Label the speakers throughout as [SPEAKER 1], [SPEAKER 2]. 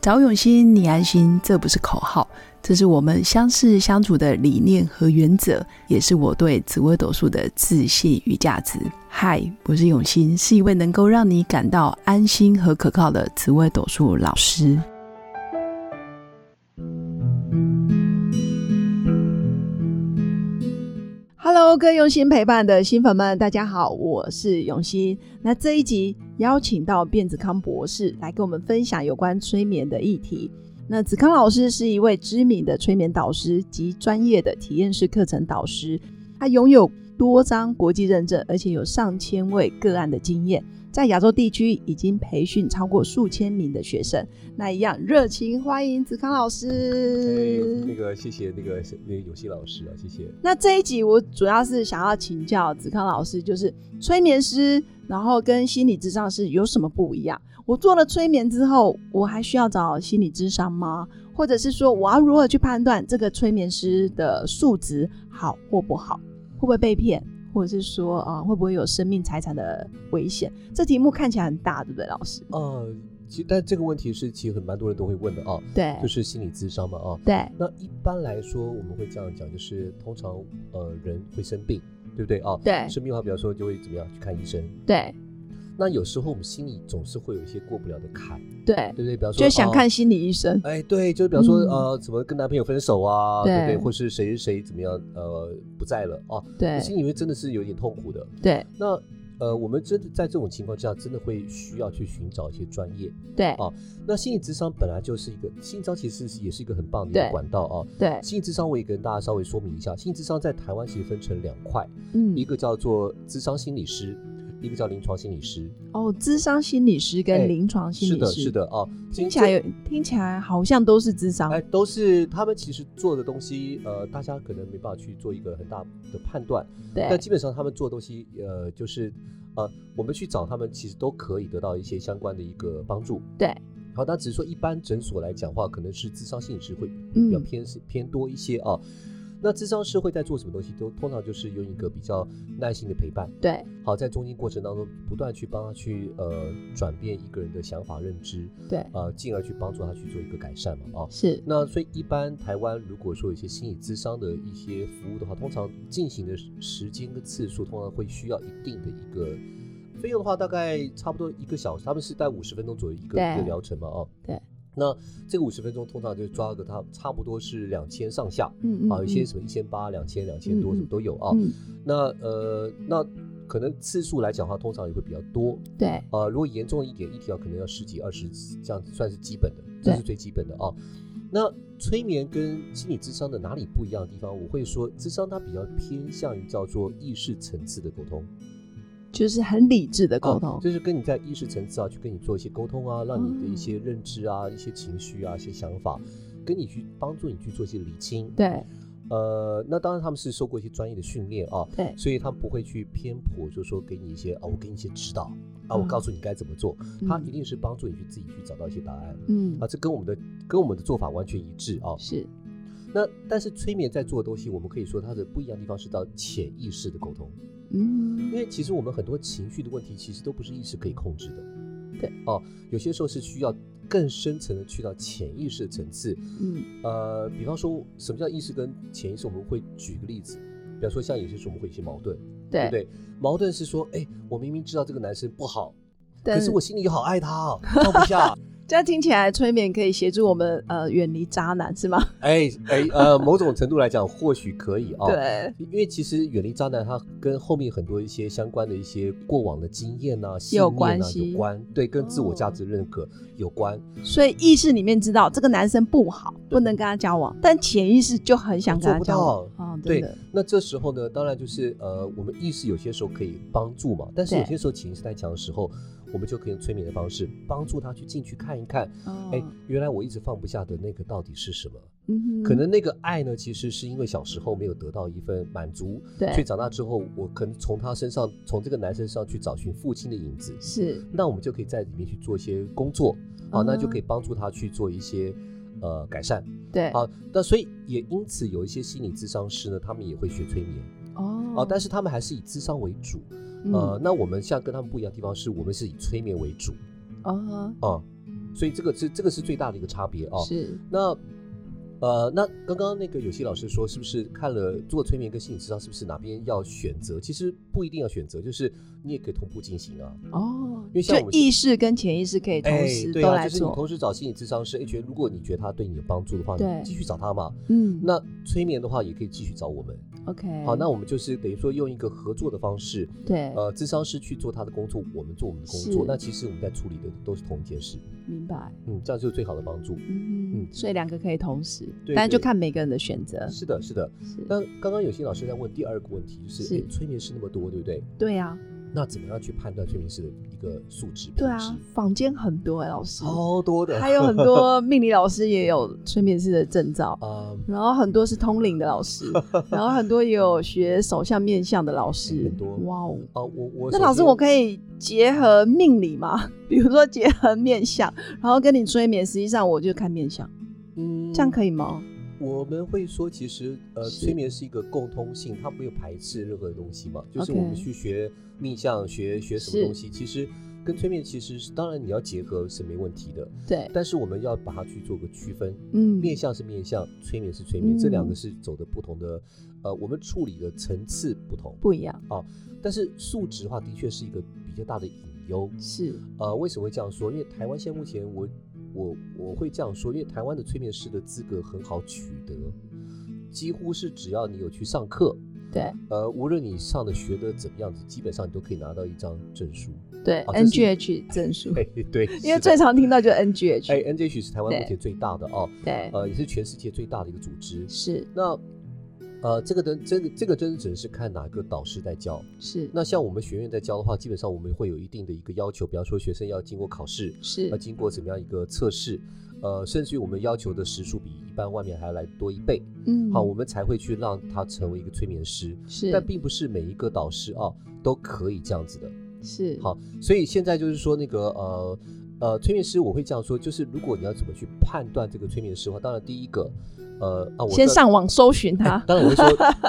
[SPEAKER 1] 找永新，你安心，这不是口号，这是我们相识相处的理念和原则，也是我对紫微斗数的自信与价值。嗨，我是永新，是一位能够让你感到安心和可靠的紫微斗数老师。Hello，各位用心陪伴的新粉们，大家好，我是永新。那这一集邀请到卞子康博士来跟我们分享有关催眠的议题。那子康老师是一位知名的催眠导师及专业的体验式课程导师，他拥有多张国际认证，而且有上千位个案的经验，在亚洲地区已经培训超过数千名的学生。那一样热情欢迎子康老
[SPEAKER 2] 哎
[SPEAKER 1] 师。
[SPEAKER 2] 那个谢谢那个那个有希老师啊，谢谢。
[SPEAKER 1] 那这一集我主要是想要请教子康老师，就是催眠师，然后跟心理智商是有什么不一样？我做了催眠之后，我还需要找心理智商吗？或者是说，我要如何去判断这个催眠师的素质好或不好，会不会被骗，或者是说啊、呃会不会有生命财产的危险？这题目看起来很大，对不对，老师？
[SPEAKER 2] 呃，其但这个问题是其实很蛮多人都会问的啊，
[SPEAKER 1] 对，
[SPEAKER 2] 就是心理咨商嘛啊。
[SPEAKER 1] 对，
[SPEAKER 2] 那一般来说我们会这样讲，就是通常呃人会生病，对不对啊？
[SPEAKER 1] 对
[SPEAKER 2] 生病的话，比方说就会怎么样去看医生。
[SPEAKER 1] 对，
[SPEAKER 2] 那有时候我们心里总是会有一些过不了的坎，
[SPEAKER 1] 对
[SPEAKER 2] 对，不对？比方说
[SPEAKER 1] 就想
[SPEAKER 2] 啊
[SPEAKER 1] 看心理医生。
[SPEAKER 2] 哎，对，就是比方说，
[SPEAKER 1] 嗯
[SPEAKER 2] 呃，怎么跟男朋友分手啊，
[SPEAKER 1] 对
[SPEAKER 2] 对不对？或是谁谁怎么样，呃，不在了啊，
[SPEAKER 1] 对
[SPEAKER 2] 心里面真的是有点痛苦的。
[SPEAKER 1] 对
[SPEAKER 2] 那呃，我们真的在这种情况之下，真的会需要去寻找一些专业。
[SPEAKER 1] 对
[SPEAKER 2] 哦那心理咨商本来就是一个，心理咨商其实是也是一个很棒的一
[SPEAKER 1] 对
[SPEAKER 2] 个管道啊。
[SPEAKER 1] 对，
[SPEAKER 2] 心理咨商我也跟大家稍微说明一下，心理咨商在台湾其实分成两块，
[SPEAKER 1] 嗯
[SPEAKER 2] 一个叫做咨商心理师，一个叫临床心理师。
[SPEAKER 1] 哦，智商心理师
[SPEAKER 2] 哎
[SPEAKER 1] 跟临床心
[SPEAKER 2] 是
[SPEAKER 1] 理
[SPEAKER 2] 的，
[SPEAKER 1] 师，
[SPEAKER 2] 是，的啊，
[SPEAKER 1] 听起来有听起来好像都是智商，
[SPEAKER 2] 哎，都是他们其实做的东西，呃，大家可能没办法去做一个很大的判断，
[SPEAKER 1] 对
[SPEAKER 2] 但基本上他们做的东西，呃，就是呃，我们去找他们，其实都可以得到一些相关的一个帮助。
[SPEAKER 1] 对。
[SPEAKER 2] 好，那只是说一般诊所来讲话，可能是智商心理师会
[SPEAKER 1] 嗯
[SPEAKER 2] 比较偏、偏多一些啊。那智商师会在做什么东西？都通常就是用一个比较耐心的陪伴，
[SPEAKER 1] 对
[SPEAKER 2] 好，在中间过程当中不断去帮他去呃转变一个人的想法认知，
[SPEAKER 1] 对
[SPEAKER 2] 呃，进而去帮助他去做一个改善嘛啊。
[SPEAKER 1] 是，
[SPEAKER 2] 那所以一般台湾如果说有一些心理咨商的一些服务的话，通常进行的时间跟次数通常会需要一定的一个费用的话，大概差不多一个小时，他们是在五十分钟左右一个
[SPEAKER 1] 对
[SPEAKER 2] 一个疗程嘛，哦，
[SPEAKER 1] 对。
[SPEAKER 2] 那这个五十分钟通常就抓个它差不多是两千上下
[SPEAKER 1] 嗯嗯，
[SPEAKER 2] 啊，有一些
[SPEAKER 1] 嗯
[SPEAKER 2] 什么一千八、两千、两千多
[SPEAKER 1] 嗯
[SPEAKER 2] 什么都有啊。
[SPEAKER 1] 嗯，
[SPEAKER 2] 那呃，那可能次数来讲的话，通常也会比较多。
[SPEAKER 1] 嗯对
[SPEAKER 2] 呃，如果严重一点，一条可能要十几、二十，这样算是基本的，
[SPEAKER 1] 对
[SPEAKER 2] 这是最基本的啊。那催眠跟心理智商的哪里不一样的地方？我会说，智商它比较偏向于叫做意识层次的沟通，
[SPEAKER 1] 就是很理智的沟
[SPEAKER 2] 啊
[SPEAKER 1] 通，
[SPEAKER 2] 就是跟你在意识层次啊，去跟你做一些沟通啊，让你的一
[SPEAKER 1] 嗯
[SPEAKER 2] 些认知啊、一些情绪啊、一些想法，跟你去帮助你去做一些理清。
[SPEAKER 1] 对
[SPEAKER 2] 呃，那当然他们是受过一些专业的训练啊，
[SPEAKER 1] 对
[SPEAKER 2] 所以他们不会去偏颇，就说给你一些啊，我给你一些指导啊，我
[SPEAKER 1] 嗯
[SPEAKER 2] 告诉你该怎么做，他
[SPEAKER 1] 嗯
[SPEAKER 2] 一定是帮助你去自己去找到一些答案
[SPEAKER 1] 嗯
[SPEAKER 2] 啊，这跟我们的跟我们的做法完全一致啊。
[SPEAKER 1] 是，
[SPEAKER 2] 那但是催眠在做的东西，我们可以说它的不一样的地方是到潜意识的沟通，因
[SPEAKER 1] 嗯
[SPEAKER 2] 为其实我们很多情绪的问题其实都不是意识可以控制的，
[SPEAKER 1] 对
[SPEAKER 2] 哦、有些时候是需要更深层的去到潜意识的层次，
[SPEAKER 1] 嗯
[SPEAKER 2] 呃，比方说什么叫意识跟潜意识，我们会举个例子，比方说像有些时候我们会有一些矛盾，对
[SPEAKER 1] 对
[SPEAKER 2] 不，对？矛盾是说，哎，我明明知道这个男生不好，可
[SPEAKER 1] 但
[SPEAKER 2] 是我心里又好爱他哦，放不下。
[SPEAKER 1] 这样听起来催眠可以协助我们呃远离渣男是吗？
[SPEAKER 2] 哎哎 呃，某种程度来讲，或许可以啊、
[SPEAKER 1] 对
[SPEAKER 2] 因为其实远离渣男，他跟后面很多一些相关的一些过往的经验呐、啊、信
[SPEAKER 1] 有
[SPEAKER 2] 念
[SPEAKER 1] 关
[SPEAKER 2] 啊
[SPEAKER 1] 系
[SPEAKER 2] 有关，对，跟自我价
[SPEAKER 1] 哦
[SPEAKER 2] 值认可有关。
[SPEAKER 1] 所以意识里面知道这个男生不好，不能跟他交往，但潜意识就很想跟
[SPEAKER 2] 嗯做
[SPEAKER 1] 他
[SPEAKER 2] 不
[SPEAKER 1] 交往，
[SPEAKER 2] 到
[SPEAKER 1] 哦，真
[SPEAKER 2] 对
[SPEAKER 1] 的，
[SPEAKER 2] 那这时候呢，当然就是呃，我们意识有些时候可以帮助嘛，但是
[SPEAKER 1] 对
[SPEAKER 2] 有些时候潜意识太强的时候，我们就可以用催眠的方式帮助他去进去看一看，
[SPEAKER 1] 哦
[SPEAKER 2] 哎、原来我一直放不下的那个到底是什么？
[SPEAKER 1] 嗯哼
[SPEAKER 2] 可能那个爱呢，其实是因为小时候没有得到一份满足，所以
[SPEAKER 1] 对
[SPEAKER 2] 长大之后，我可能从他身上，从这个男生身上去找寻父亲的影子，
[SPEAKER 1] 是
[SPEAKER 2] 那我们就可以在里面去做一些工作，啊，那就可以帮助他去做一些呃改善
[SPEAKER 1] 对
[SPEAKER 2] 啊。那所以也因此有一些心理咨商师呢，他们也会学催眠
[SPEAKER 1] 哦
[SPEAKER 2] 啊，但是他们还是以咨商为主，啊
[SPEAKER 1] 嗯
[SPEAKER 2] 呃，那我们像跟他们不一样的地方是，我们是以催眠为主
[SPEAKER 1] 哦，
[SPEAKER 2] 啊，所以这个是这个是最大的一个差别啊。
[SPEAKER 1] 是
[SPEAKER 2] 那呃，那刚刚那个有些老师说，是不是看了做催眠跟心理治疗，是不是哪边要选择？其实不一定要选择，就是你也可以同步进行啊。
[SPEAKER 1] 哦，
[SPEAKER 2] 因为像我
[SPEAKER 1] 就
[SPEAKER 2] 们
[SPEAKER 1] 意识跟潜意识可以同时
[SPEAKER 2] 对
[SPEAKER 1] 都
[SPEAKER 2] 啊，
[SPEAKER 1] 来
[SPEAKER 2] 就是你
[SPEAKER 1] 做，
[SPEAKER 2] 同时找心理咨商师，哎，觉得如果你觉得他对你有帮助的话，你
[SPEAKER 1] 对
[SPEAKER 2] 继续找他嘛。
[SPEAKER 1] 嗯，
[SPEAKER 2] 那催眠的话，也可以继续找我们。
[SPEAKER 1] OK，
[SPEAKER 2] 好，那我们就是等于说用一个合作的方式，
[SPEAKER 1] 对，
[SPEAKER 2] 呃，咨商师去做他的工作，我们做我们的工作
[SPEAKER 1] 是。
[SPEAKER 2] 那其实我们在处理的都是同一件事，
[SPEAKER 1] 明白，
[SPEAKER 2] 嗯，这样就是最好的帮助。
[SPEAKER 1] 嗯
[SPEAKER 2] 嗯，
[SPEAKER 1] 所以两个可以同时，
[SPEAKER 2] 对
[SPEAKER 1] 但就
[SPEAKER 2] 对
[SPEAKER 1] 看每个人的选择，
[SPEAKER 2] 是的，是的。
[SPEAKER 1] 是，
[SPEAKER 2] 那刚刚有些老师在问第二个问题，就是
[SPEAKER 1] 是
[SPEAKER 2] 诶催眠师那么多，对不对？
[SPEAKER 1] 对啊，
[SPEAKER 2] 那怎么样去判断催眠师的一个素质？
[SPEAKER 1] 对
[SPEAKER 2] 品
[SPEAKER 1] 啊
[SPEAKER 2] 质，
[SPEAKER 1] 坊间很多哎，老师，
[SPEAKER 2] 超多的，
[SPEAKER 1] 还有很多命理老师也有催眠师的证照。
[SPEAKER 2] 啊。
[SPEAKER 1] 然后很多是通灵的老师，然后很多也有学手相面相的老师，
[SPEAKER 2] 很多
[SPEAKER 1] 哇哦！
[SPEAKER 2] 啊，我我
[SPEAKER 1] 那
[SPEAKER 2] 首
[SPEAKER 1] 老师，
[SPEAKER 2] 先
[SPEAKER 1] 我可以结合命理吗？ 比如说结合面相，然后跟你催眠，实际上我就看面相，
[SPEAKER 2] 嗯
[SPEAKER 1] 这样可以吗？
[SPEAKER 2] 我们会说，其实呃，
[SPEAKER 1] 是
[SPEAKER 2] 催眠是一个共通性，它没有排斥任何东西嘛。就是我
[SPEAKER 1] OK
[SPEAKER 2] 们去学命相，学学什
[SPEAKER 1] 是
[SPEAKER 2] 么东西，其实跟催眠其实是当然你要结合是没问题的，
[SPEAKER 1] 对，
[SPEAKER 2] 但是我们要把它去做个区分，
[SPEAKER 1] 嗯，
[SPEAKER 2] 面相是面相，催眠是催眠，这两
[SPEAKER 1] 嗯
[SPEAKER 2] 个是走的不同的，呃，我们处理的层次不同。
[SPEAKER 1] 不一样，
[SPEAKER 2] 但是素质的话，的确是一个比较大的隐忧。
[SPEAKER 1] 是
[SPEAKER 2] 呃，为什么会这样说？因为台湾现在目前我我我会这样说，因为台湾的催眠师的资格很好取得，几乎是只要你有去上课，
[SPEAKER 1] 对
[SPEAKER 2] 呃，无论你上的学的怎么样子，基本上你都可以拿到一张证书。
[SPEAKER 1] 对
[SPEAKER 2] 哦这是
[SPEAKER 1] ，NGH 证书，
[SPEAKER 2] 哎，对，
[SPEAKER 1] 因为
[SPEAKER 2] 是
[SPEAKER 1] 最
[SPEAKER 2] 的
[SPEAKER 1] 常听到就是 NGH，
[SPEAKER 2] 哎，NGH 是台湾
[SPEAKER 1] 对
[SPEAKER 2] 目前最大的哦，
[SPEAKER 1] 对，
[SPEAKER 2] 呃，也是全世界最大的一个组织。
[SPEAKER 1] 是
[SPEAKER 2] 那呃，这个真这个这个真的只能是看哪个导师在教。
[SPEAKER 1] 是
[SPEAKER 2] 那像我们学院在教的话，基本上我们会有一定的一个要求，比方说学生要经过考试，
[SPEAKER 1] 是
[SPEAKER 2] 要经过怎么样一个测试，呃，甚至于我们要求的时数比一般外面还要来多一倍，
[SPEAKER 1] 嗯，
[SPEAKER 2] 好，我们才会去让他成为一个催眠师。
[SPEAKER 1] 是
[SPEAKER 2] 但并不是每一个导师啊都可以这样子的。
[SPEAKER 1] 是
[SPEAKER 2] 好，所以现在就是说那个呃呃，催眠师我会这样说，就是如果你要怎么去判断这个催眠师的话，当然第一个，呃啊，我哎
[SPEAKER 1] 先
[SPEAKER 2] 的
[SPEAKER 1] 上网搜寻它，
[SPEAKER 2] 当然我会说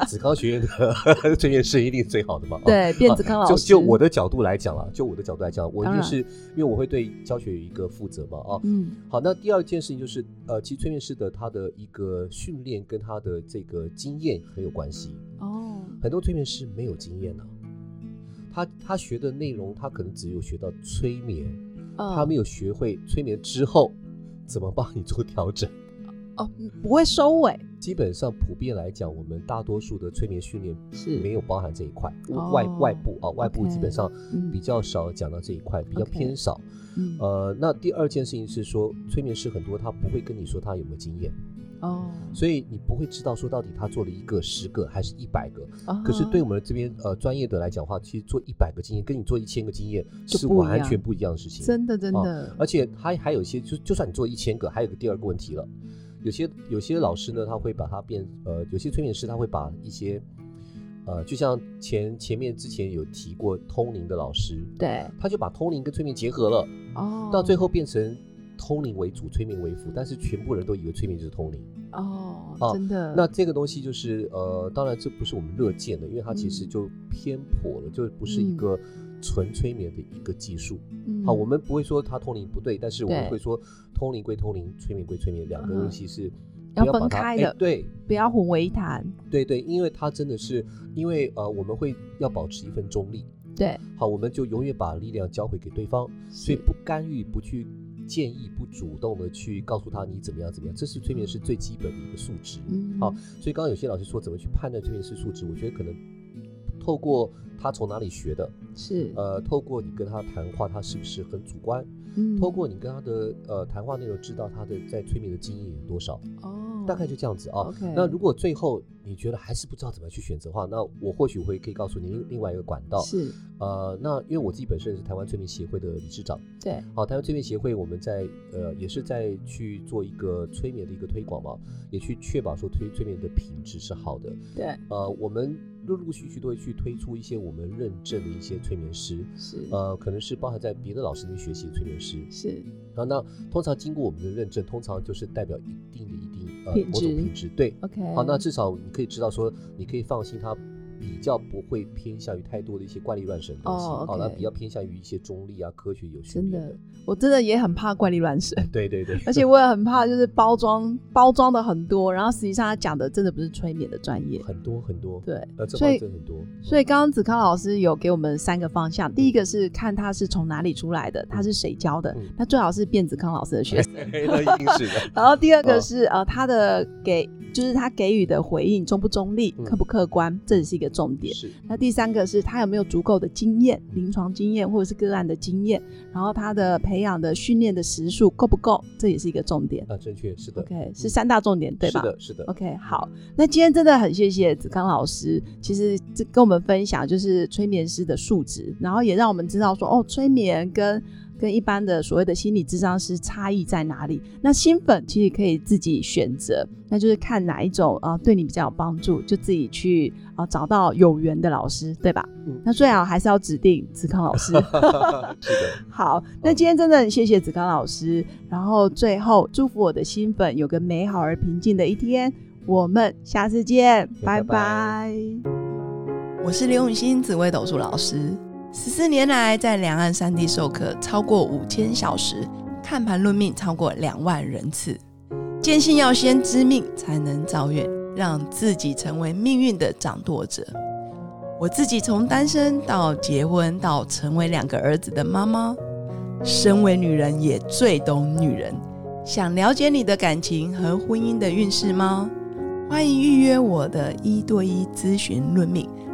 [SPEAKER 2] 子康学院的 催眠师一定是最好的嘛。啊。
[SPEAKER 1] 对，卞子康老
[SPEAKER 2] 就
[SPEAKER 1] 师，
[SPEAKER 2] 就我的角度来讲啊，就我的角度来讲，我一
[SPEAKER 1] 当
[SPEAKER 2] 定
[SPEAKER 1] 然
[SPEAKER 2] 是因为我会对教学有一个负责嘛啊，
[SPEAKER 1] 嗯，
[SPEAKER 2] 好，那第二件事情就是，呃，其实催眠师的他的一个训练跟他的这个经验很有关系。
[SPEAKER 1] 哦，
[SPEAKER 2] 很多催眠师没有经验呢、啊他他学的内容，他可能只有学到催眠，他没
[SPEAKER 1] 有
[SPEAKER 2] 有学会催眠之后怎么帮你做调整。
[SPEAKER 1] 哦，不会收尾，
[SPEAKER 2] 基本上普遍来讲，我们大多数的催眠训练没
[SPEAKER 1] 是
[SPEAKER 2] 有包含这一块，
[SPEAKER 1] 哦
[SPEAKER 2] 外外部啊、外部
[SPEAKER 1] OK
[SPEAKER 2] 基本上
[SPEAKER 1] 嗯
[SPEAKER 2] 比较少讲到这一块，比较
[SPEAKER 1] OK
[SPEAKER 2] 偏少。
[SPEAKER 1] 嗯
[SPEAKER 2] 呃，那第二件事情是说，催眠师很多他不会跟你说他有没有经验。
[SPEAKER 1] 哦，
[SPEAKER 2] 所以你不会知道说到底他做了一个、十个还是一百个。
[SPEAKER 1] 啊
[SPEAKER 2] 可是对我们这边呃专业的来讲的话，其实做一百个经验跟你做一千个经验
[SPEAKER 1] 就是不一样
[SPEAKER 2] 完全不一样的事情。
[SPEAKER 1] 真的真的
[SPEAKER 2] 而且它还有一些，就就算你做一千个，还有个第二个问题了。有些有些老师呢，他会把它变呃，有些催眠师他会把一些呃，就像前前面之前有提过通灵的老师，
[SPEAKER 1] 对
[SPEAKER 2] 他就把通灵跟催眠结合了，
[SPEAKER 1] 哦，
[SPEAKER 2] 到最后变成通灵为主，催眠为辅，但是全部人都以为催眠就是通灵。
[SPEAKER 1] 哦
[SPEAKER 2] 哦，
[SPEAKER 1] 真的
[SPEAKER 2] 那这个东西就是呃，当然这不是我们乐见的，因为它其实
[SPEAKER 1] 嗯
[SPEAKER 2] 就偏颇了，就不是一
[SPEAKER 1] 嗯
[SPEAKER 2] 个纯催眠的一个技术。
[SPEAKER 1] 嗯
[SPEAKER 2] 好，我们不会说它通灵不对，但是我们
[SPEAKER 1] 对
[SPEAKER 2] 会说通灵归通灵，催眠归催眠，两个
[SPEAKER 1] 嗯
[SPEAKER 2] 东西是
[SPEAKER 1] 要
[SPEAKER 2] 不把
[SPEAKER 1] 分
[SPEAKER 2] 它
[SPEAKER 1] 开
[SPEAKER 2] 哎
[SPEAKER 1] 的
[SPEAKER 2] 对
[SPEAKER 1] 不要混为一谈，
[SPEAKER 2] 对对，因为它真的是因为呃，我们会要保持一份中立。
[SPEAKER 1] 对，
[SPEAKER 2] 好，我们就永远把力量交回给对方，所以
[SPEAKER 1] 是
[SPEAKER 2] 不干预，不去。建议不主动的去告诉他你怎么样怎么样，这是催眠师最基本的一个素质。
[SPEAKER 1] 嗯
[SPEAKER 2] 好所以刚刚有些老师说怎么去判断催眠师素质，我觉得可能透过他从哪里学的，
[SPEAKER 1] 是
[SPEAKER 2] 呃，透过你跟他谈话，他是不是很主观，
[SPEAKER 1] 嗯
[SPEAKER 2] 透过你跟他的呃谈话内容，知道他的在催眠的经验有多少，
[SPEAKER 1] 哦
[SPEAKER 2] 大概就这样子啊。
[SPEAKER 1] 嗯 OK，
[SPEAKER 2] 那如果最后你觉得还是不知道怎么去选择的话，那我或许会可以告诉你另另外一个管道。
[SPEAKER 1] 是
[SPEAKER 2] 呃，那因为我自己本身是台湾催眠协会的理事长，
[SPEAKER 1] 对
[SPEAKER 2] 好，台湾催眠协会我们在呃也是在去做一个催眠的一个推广嘛，也去确保说催催眠的品质是好的。
[SPEAKER 1] 对
[SPEAKER 2] 呃，我们陆陆续续都会去推出一些我们认证的一些催眠师，
[SPEAKER 1] 是
[SPEAKER 2] 呃，可能是包含在别的老师那边学习的催眠师。
[SPEAKER 1] 是
[SPEAKER 2] 啊，那通常经过我们的认证，通常就是代表一定的一定呃
[SPEAKER 1] 品
[SPEAKER 2] 某种
[SPEAKER 1] 质哦
[SPEAKER 2] 品质，对。
[SPEAKER 1] OK，
[SPEAKER 2] 好，那至少你可以知道说，你可以放心他比较不会偏向于太多的一些怪力乱神的东西，
[SPEAKER 1] 哦
[SPEAKER 2] 好、那
[SPEAKER 1] OK
[SPEAKER 2] 比较偏向于一些中立啊、科学有训
[SPEAKER 1] 真
[SPEAKER 2] 练
[SPEAKER 1] 的，我真的也很怕怪力乱神，
[SPEAKER 2] 对对对，
[SPEAKER 1] 而且我也很怕就是包装包装的很多，然后实际上他讲的真的不是催眠的专业。
[SPEAKER 2] 很多很多，
[SPEAKER 1] 对，
[SPEAKER 2] 呃，这
[SPEAKER 1] 所以
[SPEAKER 2] 方真的很多，
[SPEAKER 1] 所以刚刚子康老师有给我们三个方向，第一个是看他是从哪里出来的，他是谁教的
[SPEAKER 2] 嗯，
[SPEAKER 1] 那最好是卞子康老师的学生。
[SPEAKER 2] 那一定是的，
[SPEAKER 1] 然后第二
[SPEAKER 2] 嗯
[SPEAKER 1] 个是呃他的给就是他给予的回应中不中立、
[SPEAKER 2] 嗯
[SPEAKER 1] 客不客观，这也是一个重点。
[SPEAKER 2] 是
[SPEAKER 1] 那第三个是他有没有足够的经验，临床经验或者是个案的经验，然后他的培养的训练的时数够不够，这也是一个重点。
[SPEAKER 2] 啊，正确是的
[SPEAKER 1] OK，是三大重点对吧？
[SPEAKER 2] 嗯是的，是的，
[SPEAKER 1] OK，好，那今天真的很谢谢子康老师，其实这跟我们分享就是催眠师的素质，然后也让我们知道说哦，催眠跟跟一般的所谓的心理智商师差异在哪里。那新粉其实可以自己选择，那就是看哪一种啊、呃对你比较有帮助，就自己去啊、呃找到有缘的老师，对吧？
[SPEAKER 2] 嗯
[SPEAKER 1] 那最好还是要指定子康老 师。
[SPEAKER 2] 是的，
[SPEAKER 1] 好，那今天真的很谢谢子刚老师，然后最后祝福我的新粉有个美好而平静的一天，我们下次见，拜
[SPEAKER 2] 拜拜
[SPEAKER 1] 拜。我是刘永新，紫薇斗数老师，十四年来在两岸三地授课超过五千小时，看盘论命超过两万人次，坚信要先知命才能造运，让自己成为命运的掌舵者。我自己从单身到结婚，到成为两个儿子的妈妈，身为女人也最懂女人。想了解你的感情和婚姻的运势吗？欢迎预约我的一对一咨询论命，